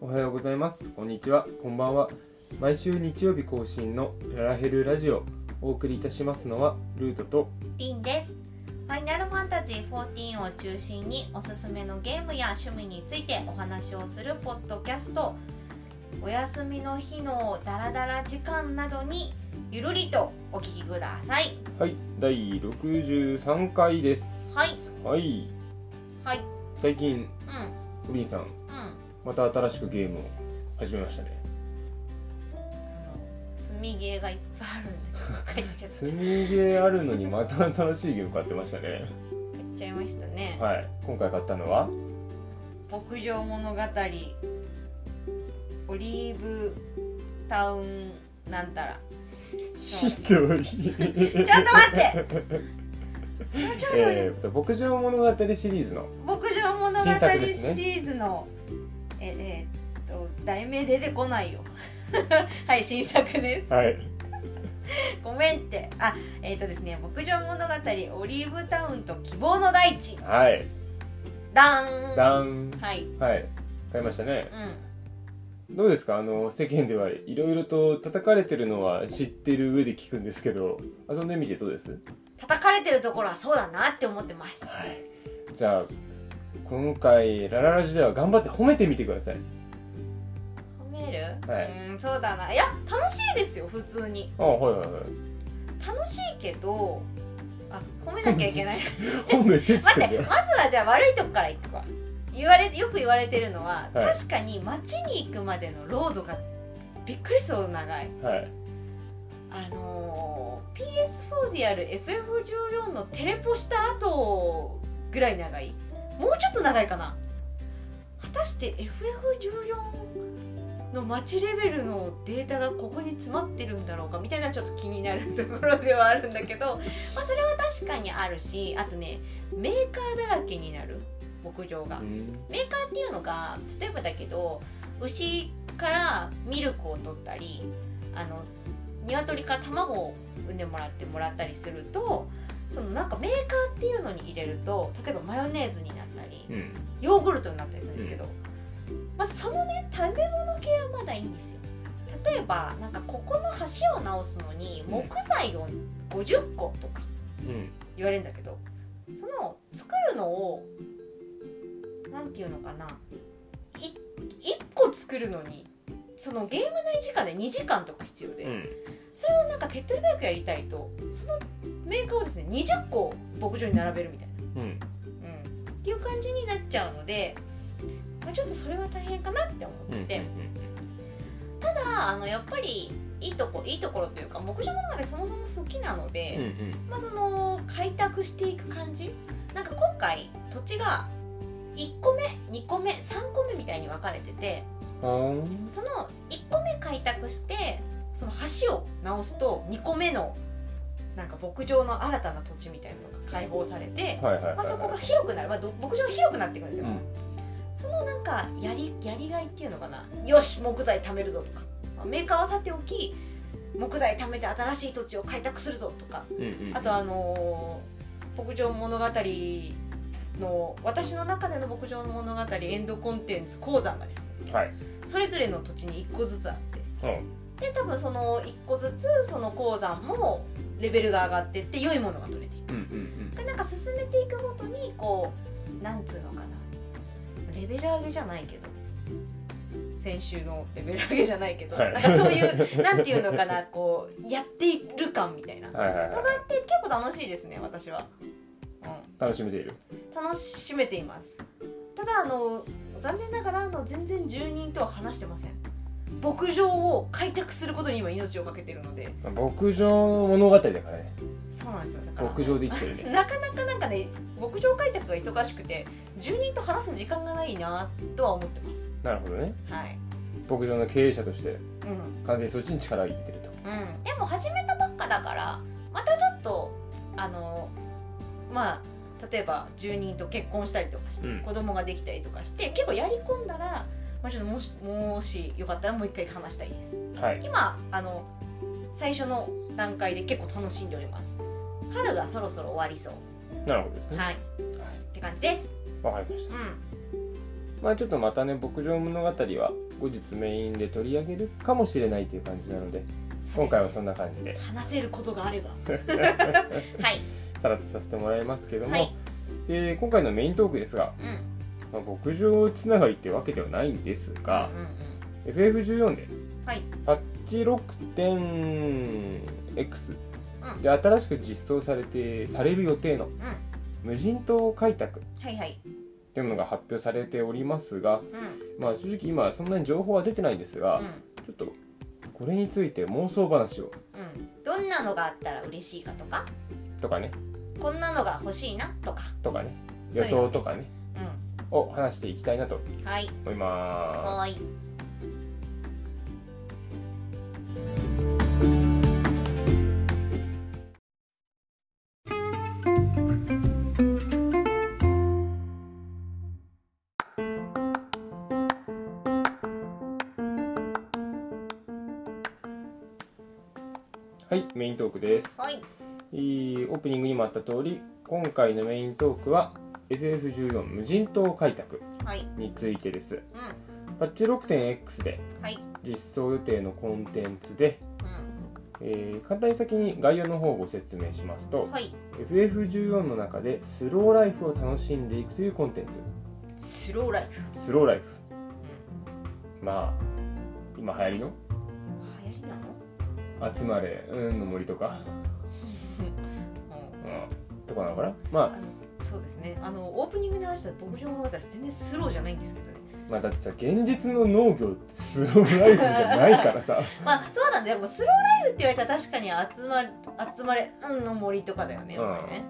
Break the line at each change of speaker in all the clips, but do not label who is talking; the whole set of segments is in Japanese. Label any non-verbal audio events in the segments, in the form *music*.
ございますこんにちはこんばんは毎週日曜日更新のララヘルラジオお送りいたしますのはルートと
リンですファイナルファンタジー14を中心におすすめのゲームや趣味についてお話をするポッドキャストお休みの日のダラダラ時間などにゆるりとお聞きください
はい第63回です
はい
はい
はい
最近
う
おりんさん
んうん
また新しくゲームを始めましたね
積みゲーがいっぱいあるんで買っちゃっ
積みゲーあるのにまた新しいゲーム買ってました *laughs* ね
買っちゃいましたね
はい今回買ったのは
牧場物語オリーブタウンなんたら
ひどい
ちょっと待ってちょっと待って
*laughs* えーと牧場物語シリーズの
牧場物語
新作です
シ
ね
リーズの、ええーっと題名出てこないよ *laughs* はい新作です、
はい
ごめんってあえーっとですね牧場物語オリーブタウンと希望の大地
はい
ダーン
ダン
はいうん
はい買いましたねどうですかあの世間ではいろいろと叩かれてるのは知ってる上で聞くんですけど遊んでみてどうです
叩かれてるところはそうだなって思ってます
はいじゃあ今回ラララジでは頑張って褒めてみてください
褒める、
はいう
ーんそうだないや楽しいですよ普通に
あはいはいはい
楽しいけどあ褒めなきゃいけない
褒めてっつっ
待
てんだ
って
よ
まずはじゃあ悪いとこから行くわ言われよく言われてるのは、
はい
確かに街に行くまでのロードがびっくりするほど長い
はい
あのー PS4 でやる FF14 のテレポした後ぐらい長いもうちょっと長いかな果たして FF14 の街レベルのデータがここに詰まってるんだろうかみたいなちょっと気になるところではあるんだけど、まあ、それは確かにあるしあとねメーカーだらけになる牧場が
う。ん
メーカーっていうのが例えばだけど牛からミルクを取ったりあの鶏から卵を産んでもらってもらったりするとそのなんかメーカーっていうのに入れると例えばマヨネーズになったり
うん
ヨーグルトになったりするんですけど、まあ、そのね食べ物系はまだいいんですよ。例えばなんかここの橋を直すのに木材を50個とか
うん
言われるんだけどその作るのをなんていうのかない1個作るのにそのゲーム内時間で2時間とか必要で、
うん
それをなんか手っ取り早くやりたいとそのメーカーをですね20個牧場に並べるみたいな、
うん
うん、っていう感じになっちゃうので、まあ、ちょっとそれは大変かなって思
うんう
っ
ん
て、ただあのやっぱりいいとこいいところというか牧場の中でそもそも好きなので。
うんうん
まあ、その開拓していく感じなんか今回土地が1個目2個目3個目みたいに分かれてて
あー
その1個目開拓してその橋を直すと2個目のなんか牧場の新たな土地みたいなのが解放されて、
はいはいはい
まあ、そこが
は
広くなる、まあ、ど牧場が広くなっていくんです
い
よ、
うん
そのなんかやりやりがいっていうのかなよし木材貯めるぞとか、まあメーカーはさておき木材貯めて新しい土地を開拓するぞとか
うんうん
あとあのー牧場物語の私の中での牧場の物語エンドコンテンツ鉱山がですね
はい
それぞれの土地に1個ずつあって
うん
で多分その1個ずつその鉱山もレベルが上がってって良いものが取れていく
うんうん
でなんか進めていくごとにこうなんつうのかなレベル上げじゃないけど先週のレベル上げじゃないけど、
はい
なんかそういうなんていうのかなこうやっている感みたいな
うんはいはいは
と
い
がって結構楽しいですね私は、う
楽しめている
ん、楽しめていますただあの残念ながらあの全然住人とは話してません牧場を開拓することに今命を懸けてるので
牧場の物語だからね
そうなんですよだから
牧場で生きてるね
なかなかなんかね牧場開拓が忙しくて住人と話す時間がないなとは思ってます
なるほどね
はい
牧場の経営者として
うん
完全にそっちに力を入れてると
うんでも始めたばっかだからまたちょっとあのまあ例えば住人と結婚したりとかして、
うん
子供ができたりとかして結構やり込んだら、まあ、ちょっともしもしよかったらもう一回話したいです
はい
今あの最初の段階で結構楽しんでおります春がそろそろ終わりそう
なるほどですね
はいって感じです
わかりまし
うん
まあちょっとまたね牧場物語は後日メインで取り上げるかもしれないという感じなので今回はそんな感じで
話せることがあ
*laughs*
ればはい
さらっとさせてもらいますけども、
はい
えー今回のメイントークですが、
うん
まあ、牧場つながりってわけではないんですが
う、んうんうん、
FF14 で
はい
パッチ 6.x で新しく実装されてされる予定の
うんは
無人島開拓
いはい
というものが発表されておりますが、
うんうん
まあ、正直今そんなに情報は出てないんですが、ちょっとこれについて妄想話を
うんどんなのがあったら嬉しいかとか
とかね
こんなのが欲しいなとか
とかね
そ
予
ういうの
想とかね
う
を話していきたいなと
んはい
思いま
はい
すはいメイントークです
はい
えーオープニングにもあった通り今回のメイントークは FF14 無人島開拓
はい
についてです
う
パッチ 6.x で
んはい
実装予定のコンテンツで、
う
えー簡単に先に概要の方をご説明しますと
んはい
FF14 の中でスローライフを楽しんでいくというコンテンツ
スローライフ
スローライフまあ今流行りの
流行りなの
集まれうんの森とか、
うん
うん、とかなのかなま
あのそうですねあのオープニングで話した牧場物語は全然スローじゃないんですけどね
あまあだってさ現実の農業ってスローライフじゃないから *laughs* さ
まあそうだねでもスローライフって言われたら確かに集まれ集まれうんの森とかだよねやっぱりね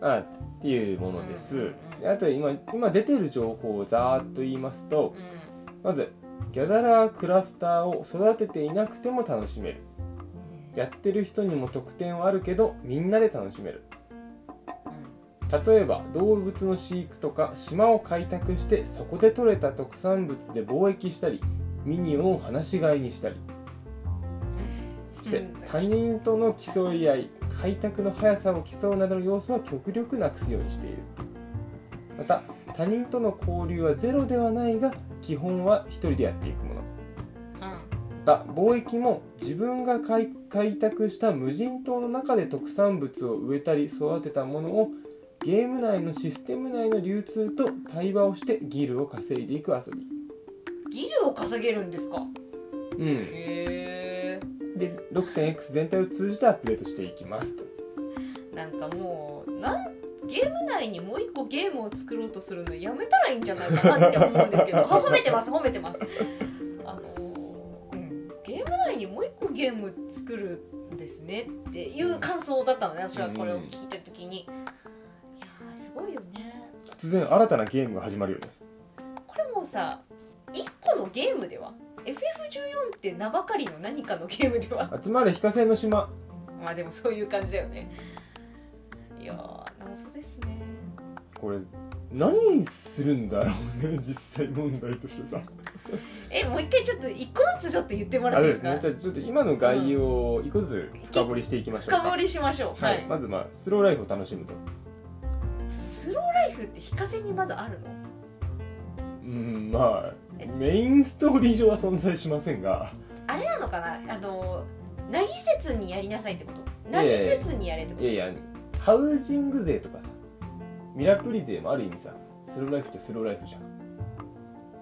あっていうものです、
うん
であと今今出てる情報をざーっと言いますと
うん
まずギャザラークラフターを育てていなくても楽しめるやってる人にも得点はあるけどみんなで楽しめる例えば動物の飼育とか島を開拓してそこで採れた特産物で貿易したりミニオンを放し飼いにしたりそして
うん
他人との競い合い開拓の速さを競うなどの要素は極力なくすようにしているまた他人との交流はゼロではないが基本は一人でやっていくもの
うんうん
また貿易も自分が開開拓した無人島の中で特産物を植えたり育てたものをゲーム内のシステム内の流通と対話をしてギルを稼いでいく遊び
ギルを稼げるんですか
うん
へえ
で 6.x 全体を通じてアップデートしていきますと
なんかもうなんゲーム内にもう一個ゲームを作ろうとするのやめたらいいんじゃないかなって思うんです *laughs* けどあ褒めてます褒めてますあのーうんゲーム内にもう一個ゲーム作るんですねっていう感想だったのね私はこれを聞いた時に、いやーすごいよね
突然新たなゲームが始まるよね
これもうさ一個のゲームでは FF14 って名ばかりの何かのゲームでは
集まれ非課性の島
まあでもそういう感じだよねいやー謎ですね
これ何するんだろうね実 *laughs* 際問題としてさ
えもう一回ちょっと一個ずつちょっと言ってもらっ
あ
てい
れで
いですすか
ねじゃあちょっと今の概要を一個ずつ深掘りしていきましょう
深
か
掘りしましょう
は、
はいい、
まずまあスローライフを楽しむと
スローライフって非課性にまずあるの
うんまあメインストーリー上は存在しませんが
あれなのかなあのなぎせつにやりなさいってことなぎせつにやれってこ
い
と
やいやハウジング税とかさミラプリ税もある意味さスローライフってスローライフじゃん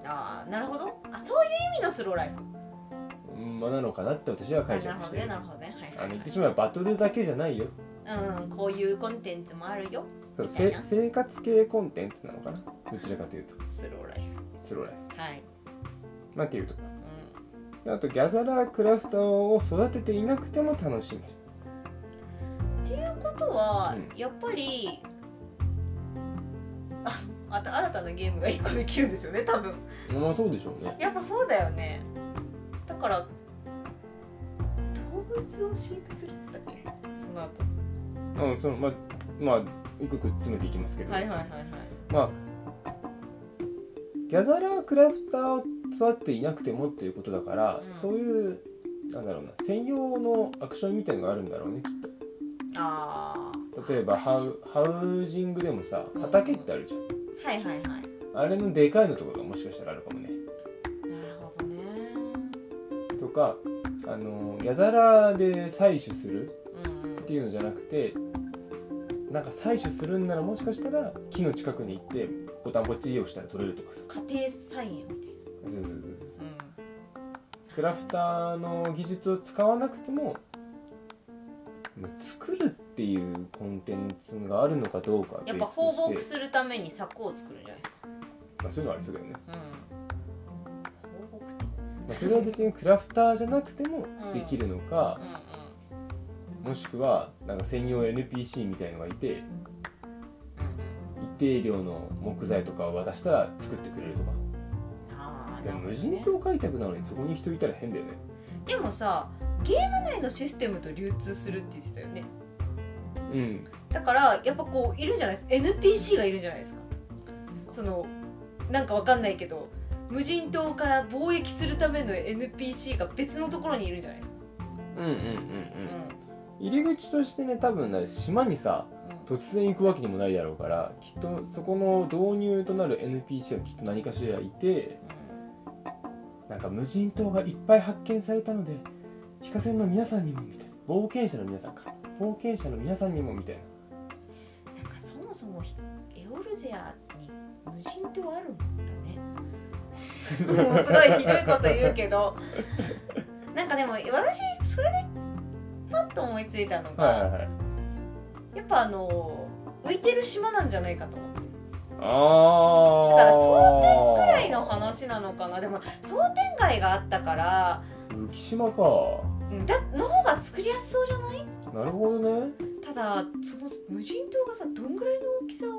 ああなるほどあそういう意味のスローライフ
うんまあなのかなって私は
あな
解
る
釈
ほ
し
ど
て
ね
る
なるほどねはい
あ
は
の
い
言ってしまえばバトルだけじゃないよ
はい、うんこういうコンテンツもあるよ
そう
みたい
せ
な
生活系コンテンツなのかなどちらかというと
スローライフ
スローライ
はい、
フまあっていうとこ
う
であとギャザラークラフターを育てていなくても楽しめる
ん、ということは、
うん
やっぱりあまた新たなゲームが一個できるんですよね多分
まあそうでしょうね
やっぱそうだよねだから動物を飼育するっつったっけその後
うんそのまあまあ一個一個詰めていきますけど、
はいはいはいはい
まあギャザラークラフターを育っていなくてもっていうことだから、
うん
そういうなんだろうな専用のアクションみたいのがあるんだろうねきっ
あー
と例えば
私
ハウハウジングでもさ
うん
畑ってあるじゃん、
はいはいはい
あれのでかいのとかがもしかしたらあるかもね
なるほどね
とかあのギャザラで採取する
うんうん
っていうのじゃなくてなんか採取するんならもしかしたら木の近くに行ってボタンポチリをしたら取れるとかさ
家庭菜園みたい
そうそうそうそう
な、
クラフターの技術を使わなくてももう作るっていうコンテンツがあるのかどうかは
やっぱ
別と
放
して
牧するために柵を作るんじゃないですか、
まあ、そういうのはありそうだよね、
うん、放牧って
まあ、それは別にクラフターじゃなくてもできるのか
う、んうん
もしくはなんか専用 NPC みたいのがいて
うん
一定量の木材とかを渡したら作ってくれるとか
あー
でも無
なる
人
ほどね
島開拓なのにそこに人いたら変だよね
でもさゲーム内のシステムと流通するって言ってたよね
うん
だからやっぱこういるんじゃないですか NPC がいるんじゃないですかそのなんかわかんないけど無人島から貿易するための NPC が別のところにいるんじゃないですか、
うんうんうん
うん
うん入り口としてね多分ね島にさ
うん
突然行くわけにもないだろうからきっとそこの導入となる NPC はきっと何かしらいてなんか無人島がいっぱい発見されたのでヒカセンの皆さんにもみたいな冒険者の皆さんか冒険者の皆さんにもみたいな
なんかそもそもひエオルゼアに無人島あるんだね *laughs* もうすごいひどいこと言うけどなんかでも私それでパッと思いついたのが、
いはい
やっぱあの浮いてる島なんじゃないかと思って
あ
だから想
定
ぐらいの話なのかなでも商店街があったから
浮島か
うんだの方が作りやすそうじゃない
なるほどね
ただその無人島がさどんぐらいの大きさを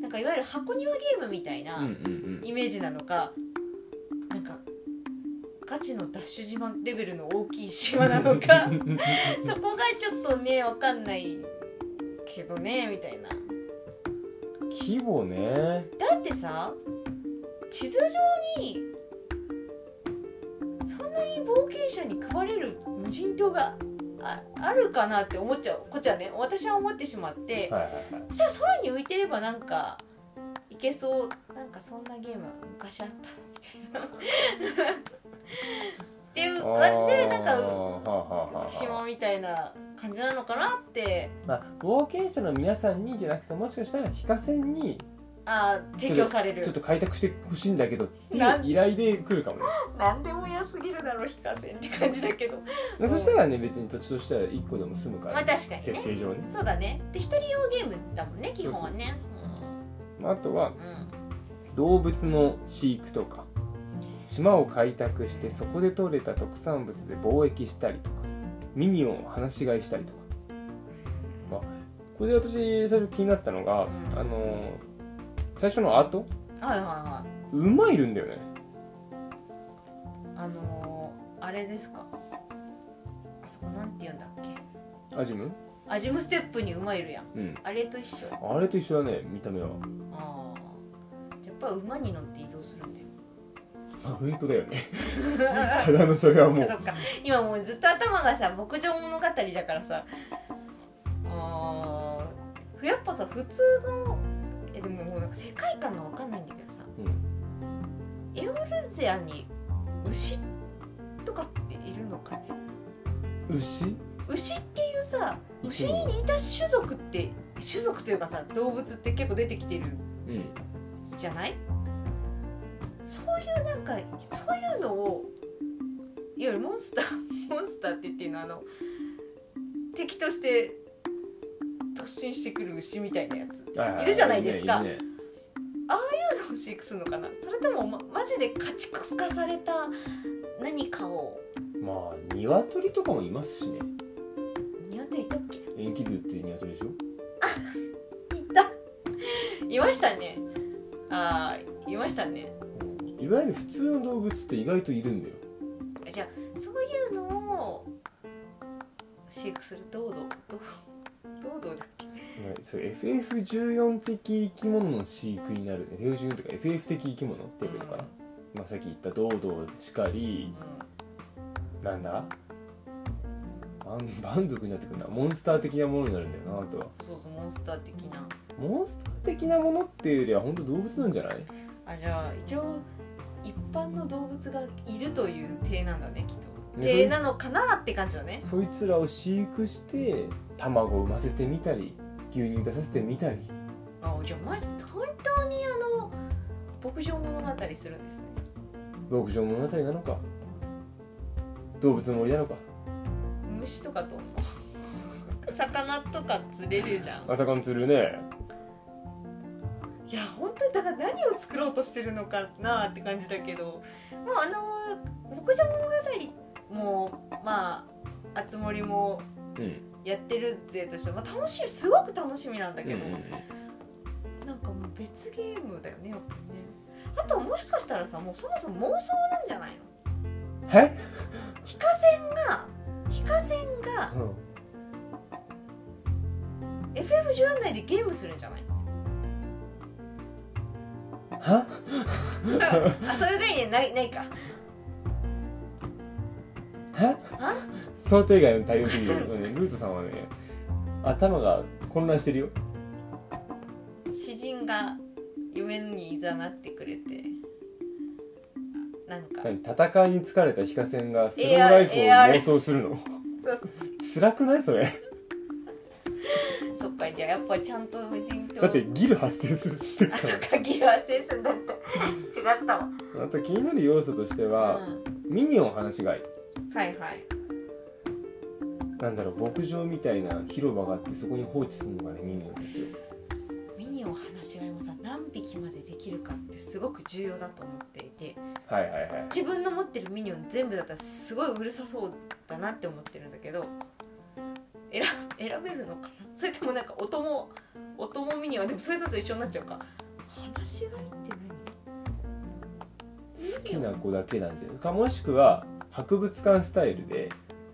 なんかいわゆる箱庭ゲームみたいな、
うんうん
イメージなのかなんかガチのダッシュ島レベルの大きい島なのか
*laughs*
そこがちょっとねわかんないけどねみたいな
規模ね
だってさ地図上にそんなに冒険者に配れる無人島がああるかなって思っちゃうこっちはね私は思ってしまって、
はいはいはい
そしたら空に浮いてればなんかいけそうなんかそんなゲーム昔あっ
*laughs*
たなみたいなっていう感じでな
あ
ん
ー
か
はあはあはあ
島みたいな感じなのかなって
まあ、冒険者の皆さんにじゃなくてもしかしたらヒカセンに
あー提供される
ちょっと開拓してほしいんだけどっていう
なん
依頼で来るかもね
何でも嫌すぎるだろヒカセンって感じだけど
まあそしたらね別に土地としては1個でも済むから、
まあ確かに
設
ね
定上ね、
そうだねで一人用ゲームだもんね基本はね
まあ、あとは
うんうん
動物の飼育とか島を開拓してそこで採れた特産物で貿易したりとかミニオンを放し飼いしたりとか、まあ、これで私最初気になったのが、
うん
あのー最初の後
はいはいは
馬いるんだよね
いあのー、あれですかあそこなんて言うんだっけ
アジム
アジムステップに馬いるやん
うん
あれと一緒
あれと一緒だね見た目は
ああやっぱ馬に乗って移動するんだよ
あ本当だよね *laughs* ただのそれはもう
そっか今 *laughs* もうずっと頭がさ牧場物語だからさあーやっぱさ普通のえでももうなんか世界観が分かんないんだけどさ
うん
エオルゼアに牛とかっているのかね
牛
牛っていうさ牛に似た種族って種族というかさ動物って結構出てきてる
うん
じゃないそういうなんかそういうのをいわゆるモンスター *laughs* モンスターって言っていうのはあの敵として突進してくる牛みたいなやつ
ははい
るじゃないですか
いるねいるね
そういうのを飼育するのかなそれとも、ま、マジで家畜化された何かを
まあ鶏とかもいますしね
鶏いたっけ
エンキドゥっていう鶏でしょ
いたいましたねああいましたね
いわゆる普通の動物って意外といるんだよ
じゃあそういうのを飼育するどうどうどうどうだっけ
ねそれ FF14 的生き物の飼育になる FF14 とか FF 的生き物っていうのかな、まあ、さっき言ったドードーしかりなんだバン *laughs* 蛮族になってくるなモンスター的なものになるんだよなあとは
そうそうモンスター的な
モンスター的なものっていうよりは本当動物なんじゃない
あじゃあ一応一般の動物がいるという体なんだねきっと
ね
体なのかなって感じだね
そいつらを飼育して卵を産ませてみたり牛乳出させてみたり
あじゃあマジ本当にあの牧場物語するんですね
牧場物語なのか動物の森なのか
虫とかと思う *laughs* 魚とか釣れるじゃん
朝霞釣るね
いや本当にだから何を作ろうとしてるのかなって感じだけどまああの「牧場物語」もまあ熱森も
うん
やってるぜとしては、まあ、楽しみすごく楽しみなんだけど、
う
なんかもう別ゲームだよねやっぱりねあとはもしかしたらさもうそもそも妄想なんじゃないの
んえ、
ヒカセンがヒカセンが
うん
FF14 内でゲームするんじゃない
は
あそういう概念ないないか
は
あ
想定外の対応すぎる、ね、ルートさんはね頭が混乱してるよ
詩人が夢にいざなってくれてあなんか
何戦いに疲れたヒカセンがスローライフを妄想するの
そう
辛くないそれ
そっかじゃあやっぱちゃんと無人島
だってギル発生するっつってる
あ
か
そっかギルはセンスだった *laughs* 違ったわ
らあと気になる要素としては、
う
ミニオン放し飼い
ん、はいはい
なんだろう牧場みたいな広場があってそこに放置するのがねミニオンですよ
ミニオン話し合いもさ何匹までできるかってすごく重要だと思っていて
はいはいはい
自分の持ってるミニオン全部だったらすごいうるさそうだなって思ってるんだけど選選べるのかなそれともなんかお供お供ミニオンでもそれだと一緒になっちゃうか話し合いって
好
何
きな子だけなんじゃないかもしくは博物館スタイルで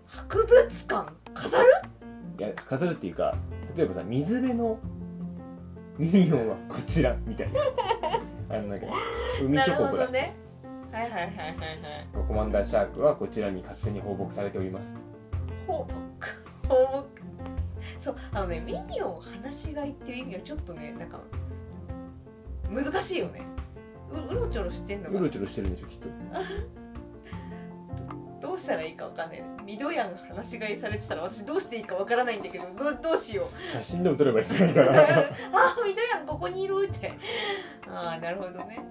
博物館飾る
いや飾るっていうか例えばさ水辺のミニオンはこちらみた
*laughs*
いなあのなんか海
な
チ
る
ョコ
ほ
ブラ、
どねはいはいはいはいはい
コマンダーシャークはこちらに勝手に放牧されております
放牧放牧そうあのねミニオン放し飼いっていう意味はちょっとねなんか難しいよねううろちょろしてんの
うろ
が
ちょろしてるんでしょきっと
どうしたらいいかわかんないミドヤン放し飼いされてたら私どうしていいかわからないんだけどどう *laughs* どうしよう
写真でも撮ればいいんじゃないか
*laughs* あ
な
ミドヤンここにいるってああなるほどね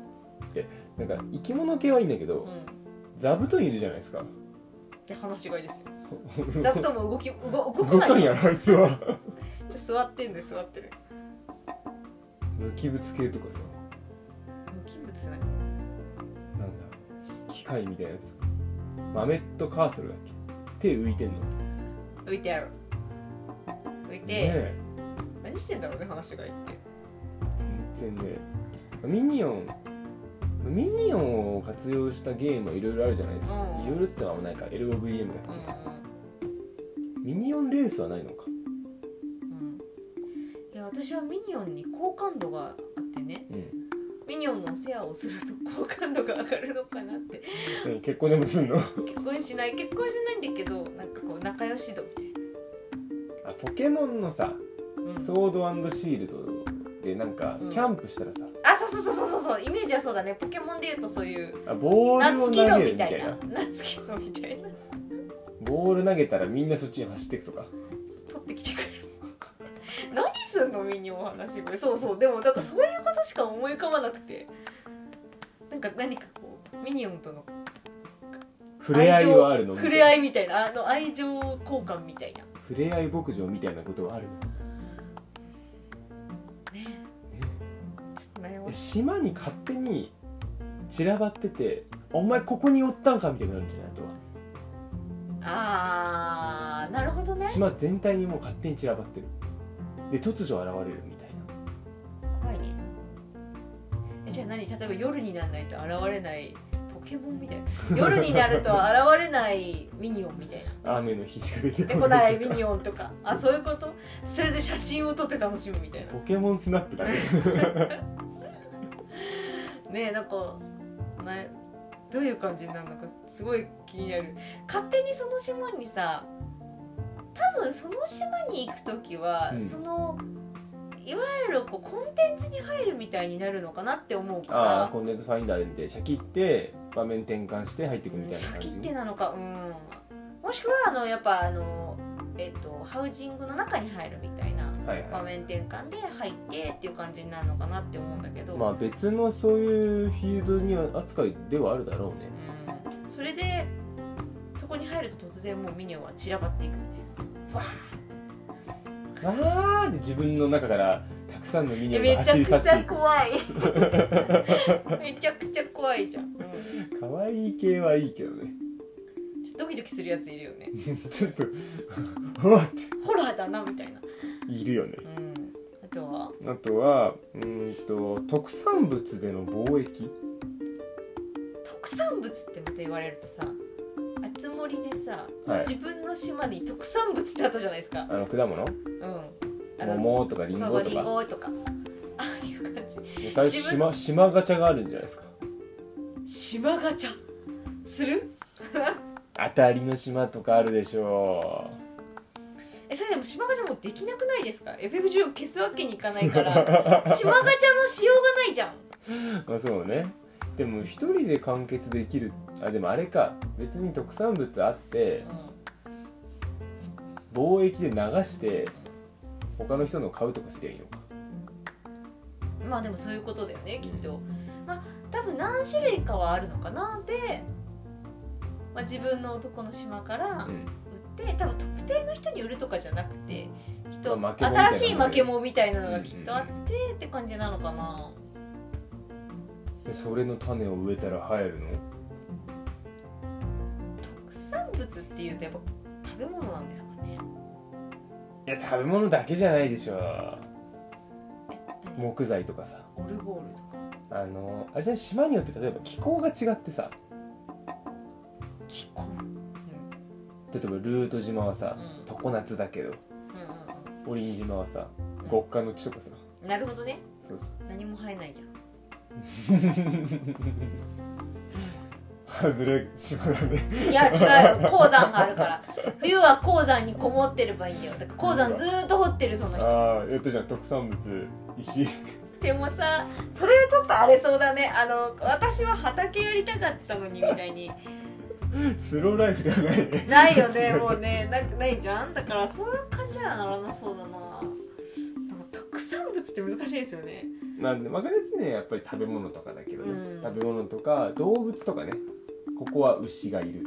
なんか生き物系はいいんだけ
う
ど
ん
座布団いるじゃないですか
で放し飼いですよ座布団も動き動動か
動
ない
かん
じゃ
やろあいつは
あ座ってんで座ってる
無機物系とかさ
無機物な
なんだ機械みたいなやつマメットカーソルだっけ手浮いてんの
浮いてやる浮いて、
え
何してんだろうね放し飼いって
全然ねミニオンミニオンを活用したゲームはいろいろあるじゃないですか
うん
いろいろって言ってもないか LOVM だっけ、ミニオンレースはないのか
うんいや私はミニオンに好感度があってね
うん
ミニオンのお世話をすると好感度が上がるのかなって
何結婚でもすんのあ
結婚しない結婚しないんだけどなんかこう仲良し度みたい
ポケモンのさ
な、うん、
ソードシールドでなんか
うん
キャンプしたらさ、
あそうそうそうそうそうそうイメージはそうだねポケモンでいうとそういう
あボールを投
夏木
げ
戸
る
み
み
た
た
い
い
な
な
夏木戸みたいな
ボール投げたらみんなそっちに走っていくとか
取ってきてくれる *laughs* 何すんのミニオン話これそうそうでもなんかそういうことしか思い浮かばなくてなんか何かこうミニオンとの
触れ合いはあるの
触れ合
い
いみたいなあの愛情交換みたいな
触れ合い牧場みたいなことはあるの
ねちょっと悩ま
え
しい
島に勝手に散らばってて「お前ここにおったんか」みたいになるんじゃないあとは
あーなるほどね
島全体にもう勝手に散らばってるで突如現れるみたいな
怖いねえじゃあ何例えば夜にならないと現れないポケモンみたいな
*laughs*
夜になると現れないミニオンみたいな
雨の日しか出て
でこないミ
とか
ニオンとかあそういうことそれで写真を撮って楽しむみたいな
ポケモンスナップだ
*laughs*
け
ねえなんかなどういう感じになるのかすごい気になる勝手にその島にさ多分その島に行く時は、
うん
そのいわゆるこうコンテンツに入るみたいになるのかなって思うか
ああ
ら
コンテンツファインダーで見てシャキって場面転換して入っていくみたい
シ
な
ャ
感
キ
じ
ってなのかうんもしくはあのやっぱあのえっとハウジングの中に入るみたいな
はいは
場面転換で入ってっていう感じになるのかなって思うんだけど、
いまあ別のそういうフィールドには扱いではあるだろうね
うんそれでそこに入ると突然もうミニオンは散らばっていくみたいなわ
あーで自分の中からたくさんのミ
ー
ニ
え
オンが
めちゃ
走り去って
くちゃ
いく *laughs*
怖いめちゃくちゃ怖いじゃん、うん
可愛い系はいいけどね
ちょっとドキドキするやついるよね
ちょっと *laughs* うわっ
ホラーだなみたいな、
ているよね
うん、あとは
あとはうーんと特産物での貿易
特産物ってまた言われるとさあつ森でさ、
はい
自分の島に特産物ってあったじゃないですか
あの果物
うんあの
桃とかリン
そ
ゴ
うそう
と
リン
か
ゴとかああいう感じ
最初
自
島島ガチャがあるんじゃないですか
島ガチャする
当たりの島とかあるでしょ
えそれでも島ガチャもうできなくないですか FF14 消すわけにいかないから島ガチ
う
ャのしようがないじゃん
まあそうねでも一人で完結できるあでもあれか別に特産物あって貿易で流して他の人の買うとかすりゃいいのか
まあでもそういうことだよねきっとまあ多分何種類かはあるのかなで、まあ、自分の男の島から
う
売っ
ん
て多分特定の人に売るとかじゃなくて人、
まあ負け物みたいな
新しい負け物みたいなのがきっとあってって感じなのかな、
でそれの種を植えたら生えるの
特産物っていうとやっぱ食べ物なんですかね
いや食べ物だけじゃないでしょ
え何
木材とかさ
オルゴールとか
あのあれじゃない島によって例えば気候が違ってさ
気候
例えばルート島はさ
うん
常夏だけど
うんうんうん
オリン島はさ極寒の地とかさ
なるほどね
そうそう
何も生えないじゃん
*laughs* 外れ島がね *laughs*
いや違うよ鉱山があるから冬は鉱山にこもってればいいんだよだから鉱山ずーっと掘ってるその人
ああやったじゃん特産物
*laughs*
石
でもさそれはちょっと荒れそうだねあの私は畑やりたかったのにみた
*laughs*
いに
スローライフではないね
ないよね
*laughs* 違う
もうねなないじゃんだからそういう感じにはならなそうだなでも特産物って難しいですよね
まあ分かりやすいねやっぱり食べ物とかだけどね、
うん
食べ物とか動物とかねここは牛がいる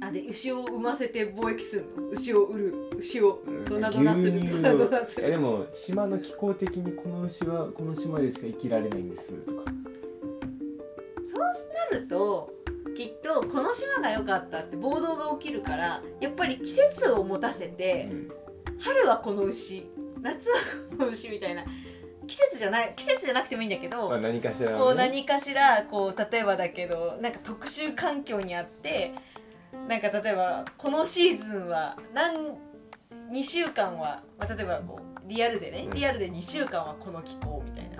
あで牛を産ませて貿易するの牛を売る牛を
うん
ドナドナする
牛
ド
乳
ナドナす
いや
る
でも島の気候的にこの牛はこの島でしか生きられないんですとか
なるときっとこの島が良かったって暴動が起きるからやっぱり季節を持たせ
う
て、
ん
春はこの牛夏はこの牛みたいな季節じゃない季節じゃなくてもいいんだけど、
まあ何かしら
こう
のね
何かしらこう例えばだけどなんか特殊環境にあってなんか例えばこのシーズンは何2週間は、まあ、例えばこうリアルでね
うん
リアルで2週間はこの気候みたいな。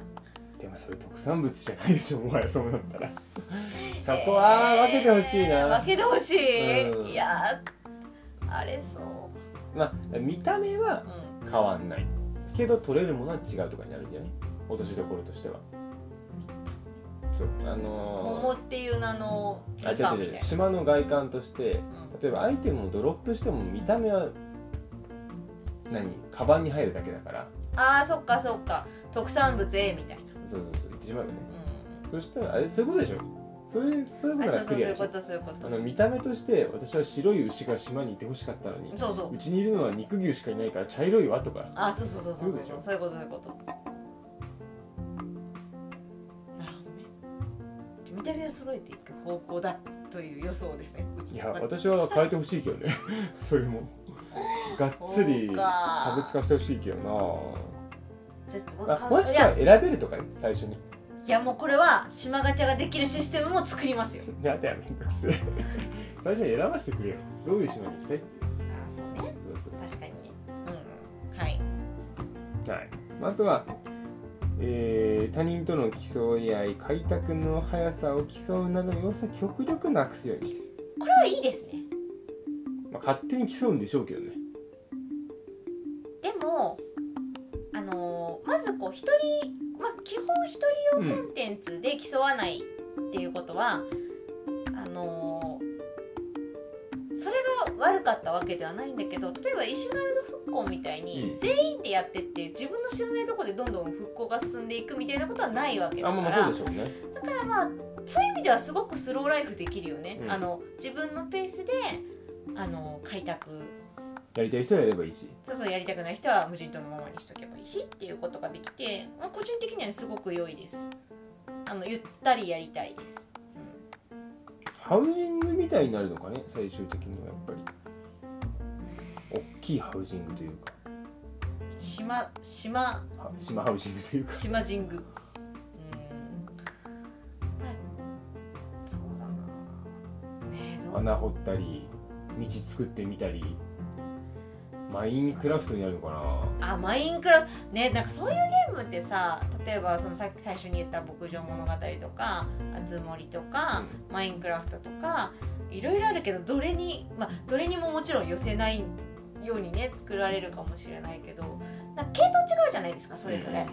でもそれ特産物じゃないでしょもはやそうなった
*laughs*
らそこは分けてほしい
えー
な、
分けてほしい、
うん
いやーあれそう
まあ見た目は
うん
変わんないけど取れるものは違うとかになるんじゃない落としどころとしてはそうあ
桃
の
っていう名の
ー、あ違う違う違う島の外観として例えばアイテムをドロップしても見た目は何カバンに入るだけだから
ああーそっかそっか特産物 A みたいな、
そうそうそう言ってしまうよね
う、
そしたらあれそういうことでしょそういうそういうんこと
あそう
がクリアでしょ
そうそういうことそういうこ
あ
と
の見た目として私は白い牛が島にいてほしかったのに
そうそう
うちにいるのは肉牛しかいないから茶色いわとか
あそうそうそうそ
そ
う
う
そ
でしょ
うそういうことそういうことなるほどねじゃ見た目を揃えていく方向だという予想ですねうち
い
の
や私は変えてほしいけどね *laughs* それもがっつり
そうか
差別化してほしいけど
ちょっと
な
僕
あもし
い
くは
や
選べるとかね最初に
いやもうこれは島ガチャができるシステムも作りますよ
やだよめんどくせえ *laughs* 最初に選ばせてくれよどういう島に行きたいって
ああそうね
そうそうそ
確かにうんはい、
うはいあとはえー他人との競い合い開拓の速さを競うなどの要素を極力なくすようにしてる、
これはいいですね
まあ、勝手に競うんでしょうけどね
でもあのまずこう一人、まあ、基本一人用コンテンツで競わないっていうことは、あのーそれが悪かったわけではないんだけど例えばイシュガルド復興みたいに、
うん
全員でやってって自分の知らないとこでどんどん復興が進んでいくみたいなことはないわけだか
あ
ら
んまあそうでしょうね
だからまあそういう意味ではすごくスローライフできるよね、
うん
あの自分のペースであの開拓
やりたい人はやればいいし
そうそうやりたくない人は無人島のままにしとけばいいしっていうことができて、まあ個人的にはすごく良いですあのゆったりやりたいです、
ハウジングみたいになるのかね最終的にはやっぱり大きいハウジングというか
うん、島島
は島ハウジングというか
島神宮うんまあそうだなねえどう
穴掘ったり道作ってみたりマインクラフトになるのかな
あマインクラねなんかそういうゲームってさ例えばそのさっき最初に言った牧場物語とかあつ森とか、マインクラフトとかいろいろあるけどどれにまあどれにももちろん寄せないようにね作られるかもしれないけどなんか系統違うじゃないですかそれぞれ、なんか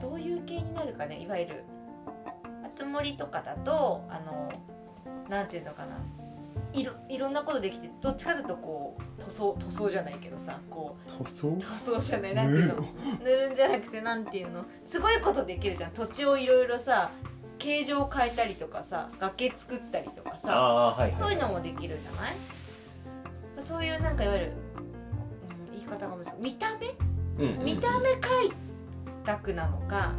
どういう系になるかねいわゆるあつ森とかだとあのなんていうのかないろいろんなことできてどっちかというとこう塗装塗装じゃないけどさこう
塗装
塗装じゃないなんていうの塗るんじゃなくてなんていうのすごいことできるじゃん土地をいろいろさ形状を変えたりとかさ崖作ったりとか
あ
さ
あはい、はい、
そういうのもできるじゃないそういうなんかいわゆる、うん言い方が難しい見た目
うんうんうん
見た目開拓なのか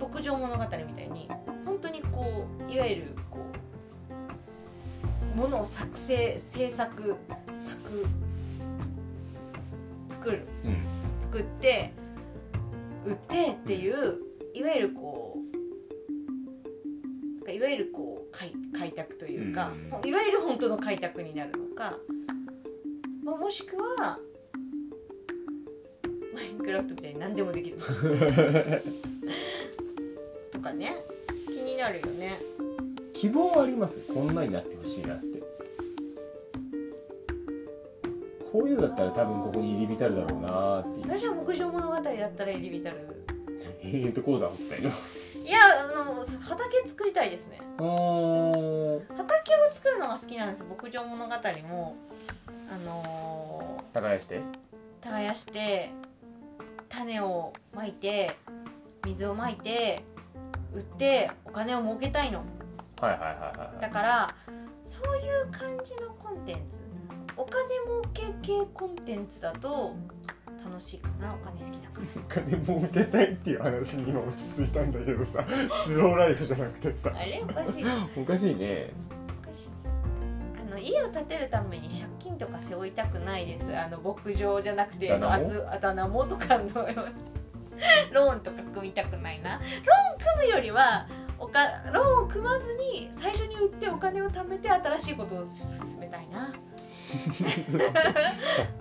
牧場物語みたいに本当にこういわゆるこうものを作成制作作作る
うん
作って売ってっていういわゆるこうなんかいわゆるこう開開拓というか、
うん
もういわゆる本当の開拓になるのか、まあ、もしくはマインクラフトみたいに何でもできる *laughs* とかね気になるよね
希望はありますこんなになってほしいなってこういうのだったら多分ここに入り浸るだろうなーっていう
私は牧場物語だったら入り浸る
えーと鉱山掘ったりの
いやあの畑作りたいですね *laughs*
うーん
畑を作るのが好きなんですよ牧場物語もあの
耕して
ー耕して種をまいて水をまいて売ってお金を儲けたいの
はいはいはいはいは
だ
い
からそういう感じのコンテンツお金儲け系コンテンツだと楽しいかなお金好きだから
お金儲けたいっていう話に今落ち着いたんだけどさ *laughs* スローライフじゃなくてさ
あれおかしい
おかしいね
おかしいあの家を建てるために借金とか背負いたくないですあの牧場じゃなくて
だ
あ
な
の
も
あつあだ名もとかの *laughs* ローンとか組みたくないなローン組むよりはおかローンを組まずに最初に売ってお金を貯めて新しいことを進めたいな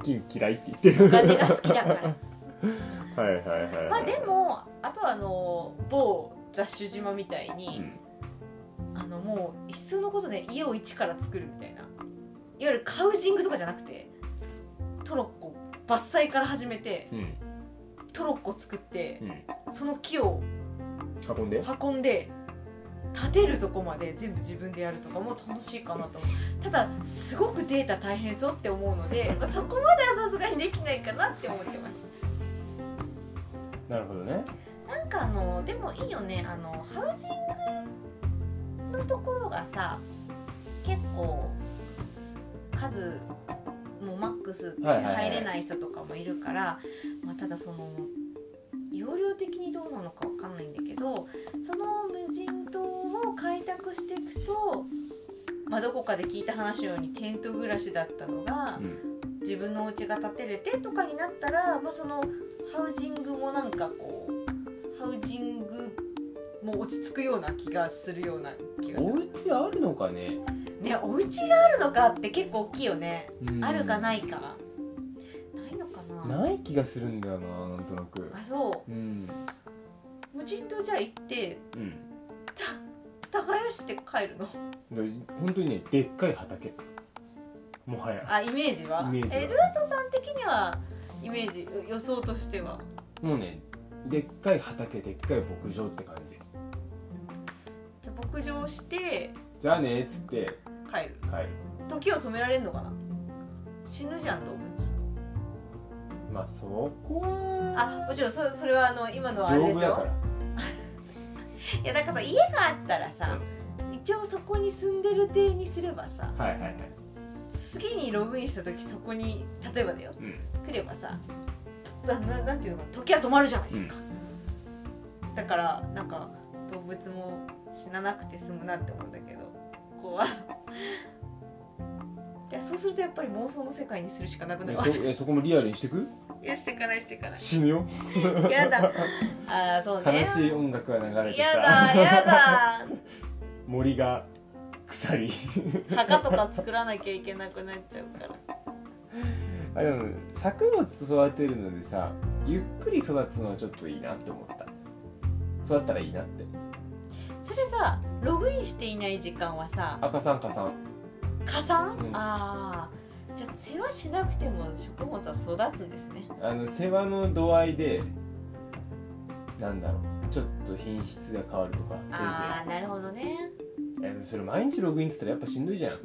借金嫌いって言ってる
お金が好きだから
はいはいはいはい
まあでもあとはあの某ダッシュ島みたいに、あのもういっそのことね家を一から作るみたいないわゆるカウジングとかじゃなくてトロッコ伐採から始めて
うん
トロッコ作って
うん
その木を
運んで
運んで建てるとこまで全部自分でやるとかも楽しいかなと思うただすごくデータ大変そうって思うので、まあ、そこまではさすがにできないかなって思ってます
なるほどね
なんかあのでもいいよねあのハウジングのところがさ結構数もうマックスって
はいはいはい
入れない人とかもいるから、まあ、ただその容量的にどうなのかわかんないんだけどその無人島を開拓していくと、まあ、どこかで聞いた話のようにテント暮らしだったのが。
うん
自分のお家が建てれてとかになったら、まあ、そのハウジングもなんかこうハウジングも落ち着くような気がするような気がす
お
る
家あるのかね
ねお家があるのかって結構大きいよね、
うん
あるかないかないのかな
ない気がするんだよななんとなく
あそ
うん
う無人島じゃあ行って
うん
た耕して帰るの
で本当にねでっかい畑もはや
あイメージは
イメージは
えルートさん的にはイメージ予想としては
もうねでっかい畑でっかい牧場って感じ
じゃあ牧場して
じゃあねっつって
帰る
帰る
時を止められんのかな死ぬじゃん動物
まあそこは
あもちろんそそれはあの今のはあ
丈
れで
夫
す
だか
よ
ら
いやだからさ家があったらさ、一応そこに住んでる体にすればさ
はいはいはい
次にログインした時そこに例えばだよ
うん
来ればさとなななんていうの時は止まるじゃないですか、だからなんか動物も死ななくて済むなって思うんだけどこうあのいやそうするとやっぱり妄想の世界にするしかなくな
え
る
そえそこもリアルにしてく
*laughs* いやしていかないしていかない
死ぬよ *laughs*
やだああそうね
悲しい音楽が流れて
や
さ
だやだ
*laughs* 森が鎖
墓とか作らなきゃいけなくなっちゃうから
*laughs* あでも作物育てるのでさゆっくり育つのはちょっといいなって思った育ったらいいなって
それさログインしていない時間はさ
赤さん加算
加算、
うん
ああじゃあ世話しなくても食物は育つんですね
あの世話の度合いでなんだろうちょっと品質が変わるとか
ああなるほどね
せいぜいえそれ毎日ログインっつったらやっぱしんどいじゃん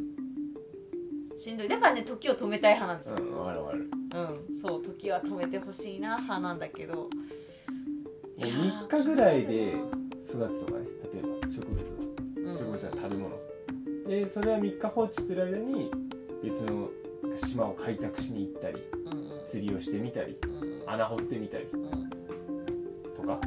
しんどいだからね時を止めたい派なんですよ
うんわかるわかる
うん、そう時は止めてほしいな派なんだけど
いや
いやー
3日ぐらいで育つとかね例えば植物
う
植物
ん
は食べ物でそれは3日放置してる間に別の島を開拓しに行ったり
うん
釣りをしてみたり
うんうん
穴掘ってみたり
うん
とか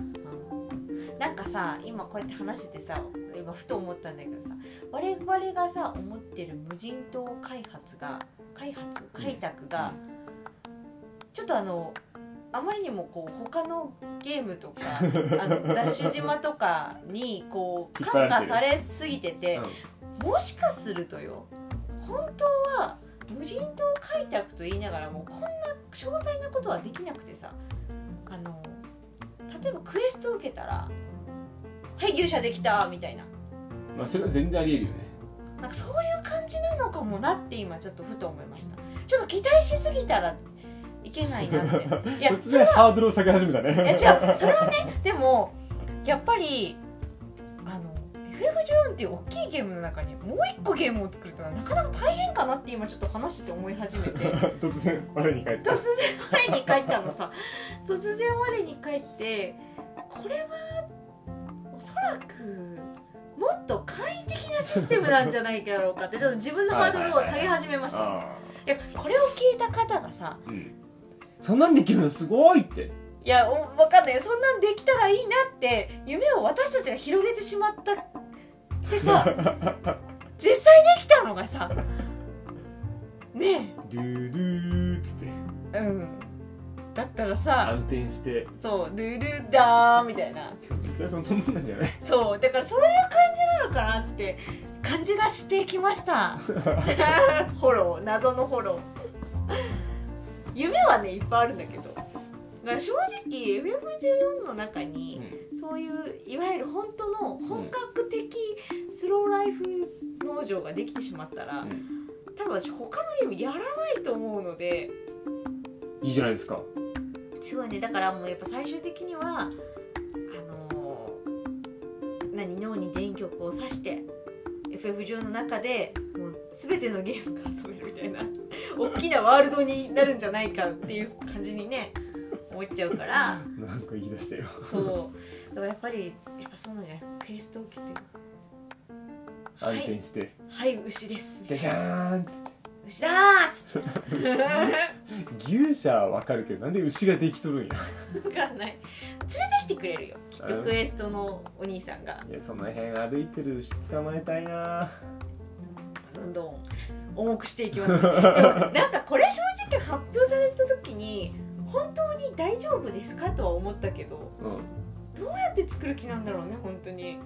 なんかさ今こうやって話しててさ今ふと思ったんだけどさ我々がさ思ってる無人島開発が開発開拓が、ちょっとあのあまりにもこう他のゲームとかあ
*laughs*
のダッシュ島とかにこう
引っ張ら
感
れてる
化されすぎてて
うん
もしかするとよ本当は無人島開拓と言いながらもこんな詳細なことはできなくてさあの例えばクエスト受けたら「はい勇者できた」みたいな
まあそれは全然ありえるよね
なんかそういう感じなのかもなって今ちょっとふと思いましたちょっと期待しすぎたらいけないなっていや
突然ハードルを下げ始めた
*laughs* いや違
ね
うそれはねでもやっぱりあの FF14 っていう大きいゲームの中にもう一個ゲームを作るというのはなかなか大変かなって今ちょっと話してて思い始 *laughs* めて
*laughs* 突然我に返っ
突
た
然我に返ったのさ突然我に返ってこれはおそらくもっと簡易的なシステムなんじゃないだろうかってちょっと自分のハードルを下げ始めました
あ
いやこれを聞いた方がさ
ーうんそんなんできるのすごいって
いやお分かんないそんなんできたらいいなって夢を私たちが広げてしまったって *laughs* さ実際できたのがさね
ドゥドゥーっつって
えうんだったらさ
暗転して
そう「ルルダー」みたいな
でも実際そんなもんなんじゃない
そうだからそういう感じなのかなって感じがしてきました *laughs* ホロー謎のホロー夢はねいっぱいあるんだけどだから正直 FM14 の中に、そういういわゆる本当の本格的スローライフ農場ができてしまったら、
うん
多分私他のゲームやらないと思うので
いいじゃないですか
すごいねだからもうやっぱ最終的にはあのー何脳に電極を刺して FF 上の中でもう全てのゲームが遊べるみた *laughs* いな大きなワールドになるんじゃないかっていう感じにね思っちゃうから。
なんか言い出したよ
そう。だからやっぱり、やっぱそうなんじゃないですか。クエストを受けて。は
暗
い
転、して
はい、牛です。
じゃじゃーんっつって
牛だーっつって。
牛舎はわかるけどなんで牛ができとるんや
分かんない。連れてきてくれるよ。きっとクエストのお兄さんが。
いやその辺歩いてる牛捕まえたいな
どんどん重くしていきますね。でも、なんかこれ正直発表された時に、本当に大丈夫ですかとは思ったけど、ど
うん
うやって作る気なんだろうね、本当に。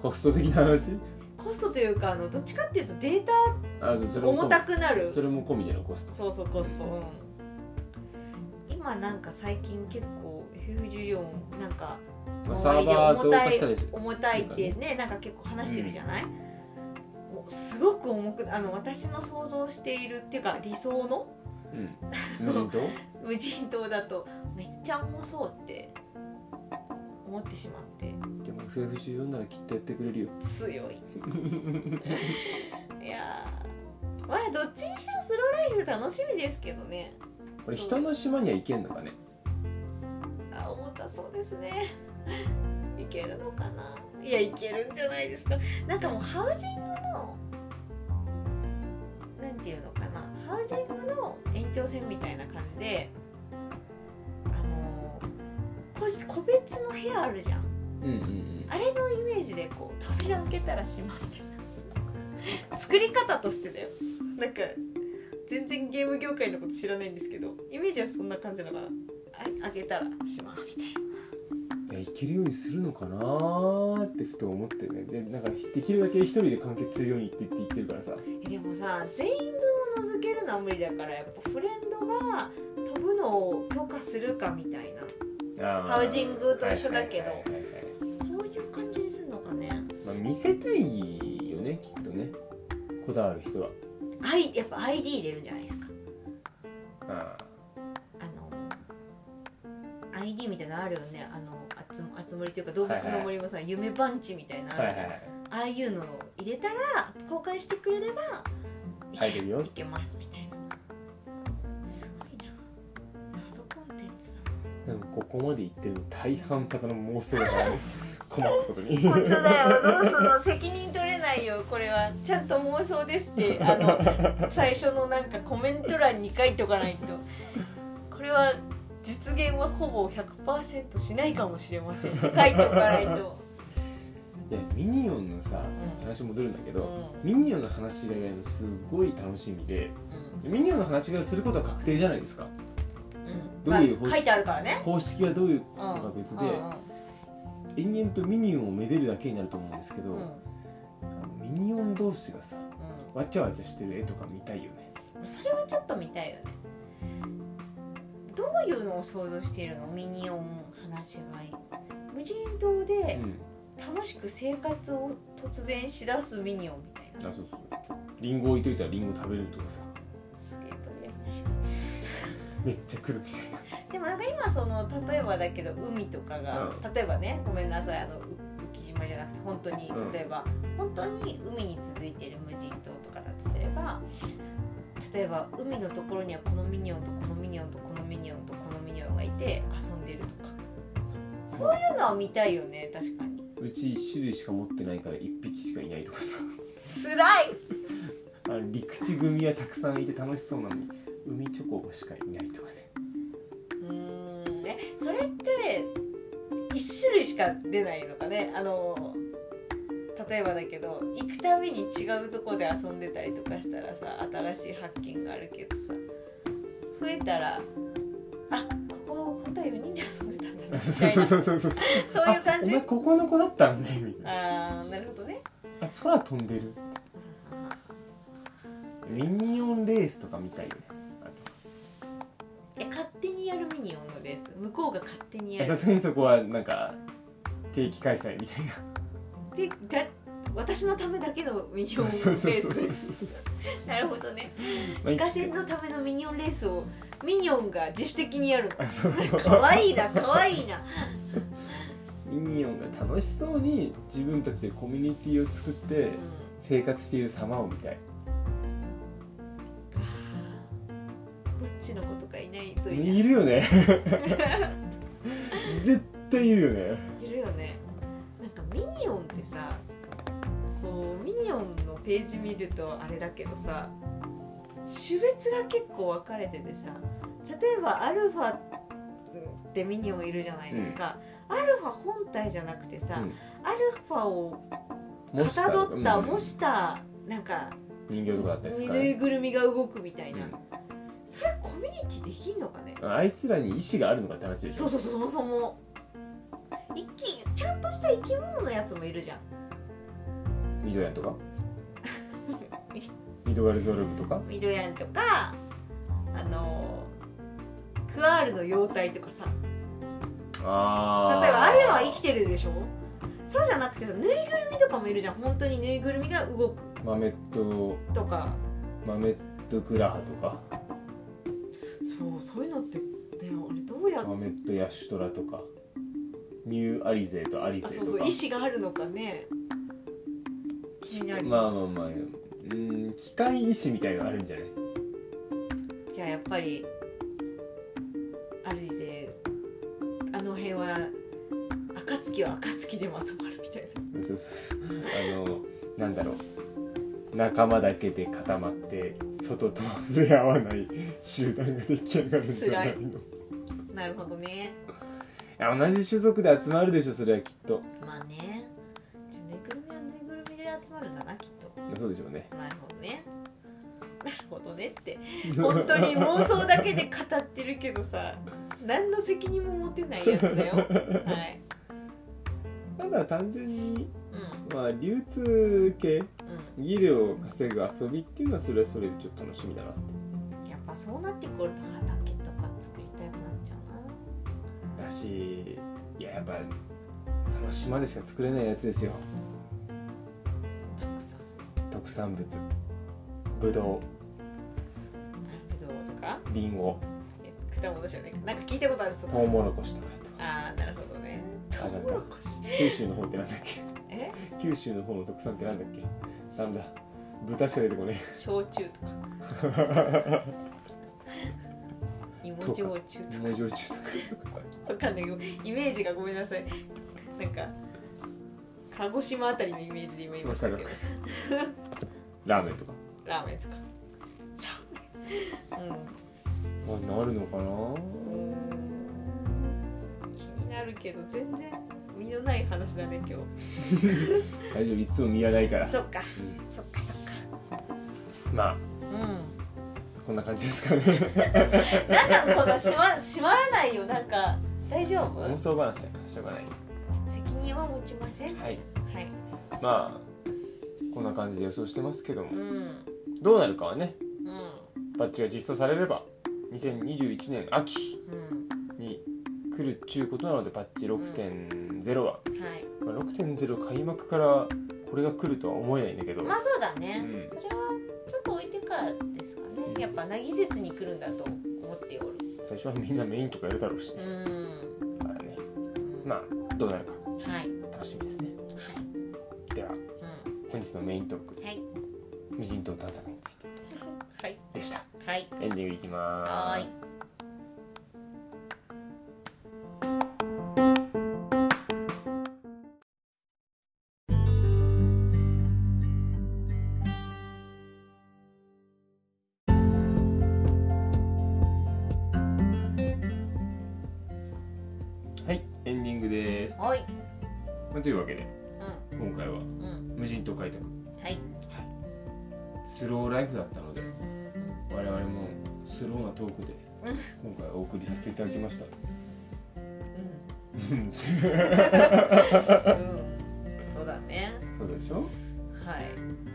コスト的な話
コストというか、あのどっちかっていうとデータ
あそうそれも
重たくなる。
それも込みでのコスト
そうそうコスト、うん、今なんか最近結構 FF14 なんか
まあサ
周り
ー
で
バー
重
増
た
加
い
したりし
重たいってねなんか結構話してるじゃない、もうすごく重くあの私の想像しているっていうか理想の
うん無人島
無人島だとめっちゃ重そうって思ってしまって
でも FF14 ならきっとやってくれるよ
強いいやーまあどっちにしろスローライフ楽しみですけどね
これ人の島には行けんのかね
あ重たそうですね *laughs* いけるのかないやいけるんじゃないですかなんかもうハウジングのなんていうのかなハウジングの延長線みたいな感じであのーこし個別の部屋あるじゃん
うんうんうん
あれのイメージでこう扉開けたら島みたいな作り方としてだよなんか全然ゲーム業界のこと知らないんですけどイメージはそんな感じなのかなあ開けたら島みたいな
や
い
行けるようにするのかなーってふと思ってねでなんかできるだけ一人で完結するようにって言って言ってるからさ
えでもさ全員分を除けるのは無理だからやっぱフレンドが飛ぶのを許可するかみたいな
ハ
ハウジングと一緒だけど
ど
そういう感じにするのかね
見せたいよねきっとねこだわる人は
アイやっぱ ID 入れるんじゃないですか
あ
あの ID みたいなのあるよねあのあつあつ森というか動物の森もさ、夢番地みたいな
あ
のあ
はいはい
るじゃん、
はい
ああいうのを入れたら公開してくれればいけ
入るよ
いけますみたいなすごいな謎コンテンツだ
でもここまで言ってるの大半方の妄想だから *laughs* ね困ったことに
本当だよどうすの責任取れないよこれはちゃんと妄想ですってあの最初のなんかコメント欄に書いとかないとこれは実現はほぼ100%しないかもしれません書いとかないと、
いやミニオンのさ
うん
話戻るんだけ
うん
ど、ミニオンの話がやるのすごい楽しみで
う
ミニオンの話がすることは確定じゃないですか
ん
どういう方式
まあ書いてあるからね
方式がどういう
うん
ことかは別で、
うん
延々とミニオンをめでるだけになると思うんですけど、
うんうん
あのミニオン同士がさ
う
わちゃわちゃしてる絵とか見たいよね
んそれはちょっと見たいよねどういうのを想像しているのミニオン話が無人島で、
うん
楽しく生活を突然しだすミニオンみたいな
あそうそうリンゴ置いといたらリンゴ食べれるとかさ
スケートやります
めっちゃ来るみたいな
でもなんか今その例えばだけど海とかが、
うん
例えばねごめんなさいあのう浮島じゃなくて本当に
うん
例えば、本当に海に続いてる無人島とかだとすれば例えば海のところにはこのミニオンとこのミニオンとこのミニオンとこのミニオンがいて遊んでるとかそういうのは見たいよね確かに
うち1種類しか持ってないから1匹しかいないとかさ
辛い
*laughs* あの陸地組はたくさんいて楽しそうなのに海チョコしかいないとかね
うーんねそれって一種類しか出ないのかねあの例えばだけど行くたびに違うとこで遊んでたりとかしたらさ新しい発見があるけどさ増えたらあここ本当は4人で遊んでたんだなみたい
*laughs*
な
そうそうそうそうそう
*laughs* そういう感
あお
じ
前ここの子だったのねみたいな *laughs*
ああなるほどね
あ空飛んでるミニオンレースとか見たいよねあと
え勝手にやるミニオンのレース向こうが勝手にや
さ
る
すがに *laughs* そこはなんか定期開催みたいな
でだ私のためだけの
*laughs*
ミニオンレ
そうそう
ー
そうそう
ス *laughs* なるほどね
まあ
非課線のためのミニオンレースをミニオンが自主的にや *laughs* る
あそう
のかわいいなかわいいな
ミニオンが楽しそうに自分たちでコミュニティを作って生活している様を見たい
ぼっちの子とかいないといい
いるよ
*laughs*
ね絶対いるよね
いるよねなんかミニオンってさこうミニオンのページ見るとあれだけどさ種別が結構分かれててさ例えばアルファってミニオンいるじゃないですか、アルファ本体じゃなくてさ、アルファをかたどった模したなんか
人形とかだったりするから
ぬいぐるみが動くみたいな、
う
それコミュニティできんのかね
んあいつらに意志があるのかって話でし
そ
ょ
うそうそうそもそも生きちゃんとした生き物のやつもいるじゃん
ミドヤンと
*laughs*
かミドガルゾルブとか
ミドヤンとかあのクワールの妖体とかさ例
あ
えばああいうのは生きてるでしょそうじゃなくてさぬいぐるみとかもいるじゃん本当にぬいぐるみが動く
マメット
とか
マメットグラハとか
そうそういうのってねあれどうやっ
マメットヤシュトラとかニューアリゼとアリ
あ
ゼ
そう
と
そう
か
意思があるのかね気になる、
まあまあまあうん機械意志みたいなのあるんじゃない
じゃあやっぱりある時であの辺は暁は暁でまとまるみたいな
そうそうそうあのなんだろう仲間だけで固まって外とは触れ合わない集団が出来上がるんじゃないの
なるほどね
いや同じ種族で集まるでしょそれはきっと
まあねじゃあぬいぐるみはぬいぐるみで集まるんだなきっと
そうでしょうね
なるほどねなるほどねって本当に妄想だけで語ってるけどさ何の責任も持てないやつだよはい
*laughs* ただ単純に、
うん
まあ、流通系
う
技量を稼ぐ遊びっていうのはそれはそれでちょっと楽しみだなっ
んやっぱそうなってくると畑とか作りたくなっちゃうな
てだしいややっぱその島でしか作れないやつですよ
たくさん
特産物ぶど
ぶどうとか
うりんご
え果物じゃないかなんか聞いたことあるそ
トウ
こ
モロコシとかと
ああなるほどねトウモロコシ
九州の方ってなんだっけ
え
九州の方の特産ってなんだっけなんだ豚しか出てこね
焼酎とか *laughs* 芋焼酎
え
と
芋焼酎とか
かわかんないけどイメージがごめんなさいなんか鹿児島あたりのイメージで今言いましたけど
わかラーメンとか
ラーメンとかラーメン
あなるのか
うんうーん気になるけど全然身のない話だね今
な大丈夫いつも見やないから
日そっか
う
そっかそっか
んまあ
うん
こんな感じですかね
なんかこのしま閉まらないよなんか大丈夫
*laughs* 妄想話だからしょうがない
責任は持ちません
はい
はい
まあこんな感じで予想してますけど
う
も
ん
どうなるかはね
うん
バッジが実装されれば2021年秋
う
に来るっちゅうことなのでバッジ6.0は、
んはい
まあ、6.0開幕からこれが来るとは思えないんだけど
まあそうだね、
うん
それはちょっと置いてからですかねやっぱな季節に来るんだと思っておる
最初はみんなメインとかやるだろうし、ね
うん
だからねまあどうなるか
はいはい
楽しみですねでは本日のメイントーク
うんはい
無人島探索について
はい
でした
はい
エンディングいきま
は
ー
ーい
すはいエンディングです
はい
まあというわけで
う
今回は
んうん
無人島開拓
はい
スローライフだったので我々もスローなトークで今回はお送りさせていただきました
*laughs*
うん
うん、うん、そうだね
そうでしょ、 *laughs*
はい
ま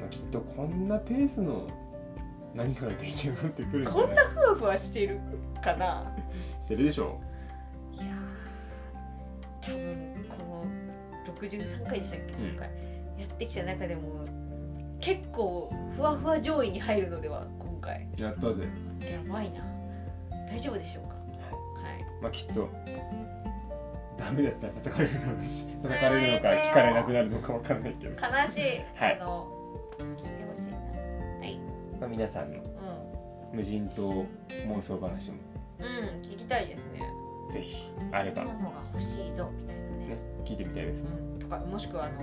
あ、きっとこんなペースの何から出来上がってくるんじゃない
こんなふわふわしてるかな
してるでしょ
いやー多分この63回でしたっけ
うん
今回、やってきた中でも結構ふわふわ上位に入るのでは今回
やったぜ、
やばいな大丈夫でしょうかはい
まあ、きっとダメだったら叩かれるだろうし叩かれるのか聞かれなくなるのかわかんないけど、
悲しい、
はい
あの聞いてほしいなはい
まあ、皆さんの無人島妄想話も
うん、うん、聞きたいですね
ぜひあれ
こ
ば
んなのが欲しいぞみたいなね
ね聞いてみたいですね
うん、とかもしくはあの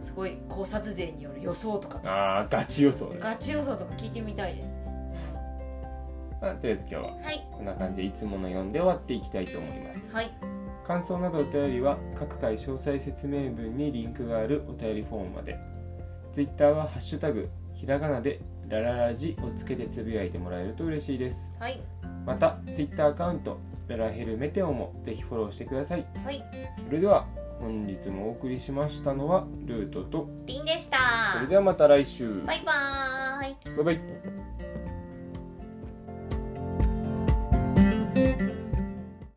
すごい考察勢による予想とか
あーガチ予想ね、
ガチ予想とか聞いてみたいですね
まあ、とりあえず今日は
はい
こんな感じでいつもの読んで終わっていきたいと思います
はい
感想などお便りは各回詳細説明文にリンクがあるお便りフォームまで Twitter は「ハッシュタグひらがな」で「ラララジ」をつけてつぶやいてもらえると嬉しいです
はい
また Twitter アカウント「ララヘルメテオ」もぜひフォローしてください
はい
それでは本日もお送りしましたのはルートと
リンでした
それではまた来週
バイバーイ
バイバイ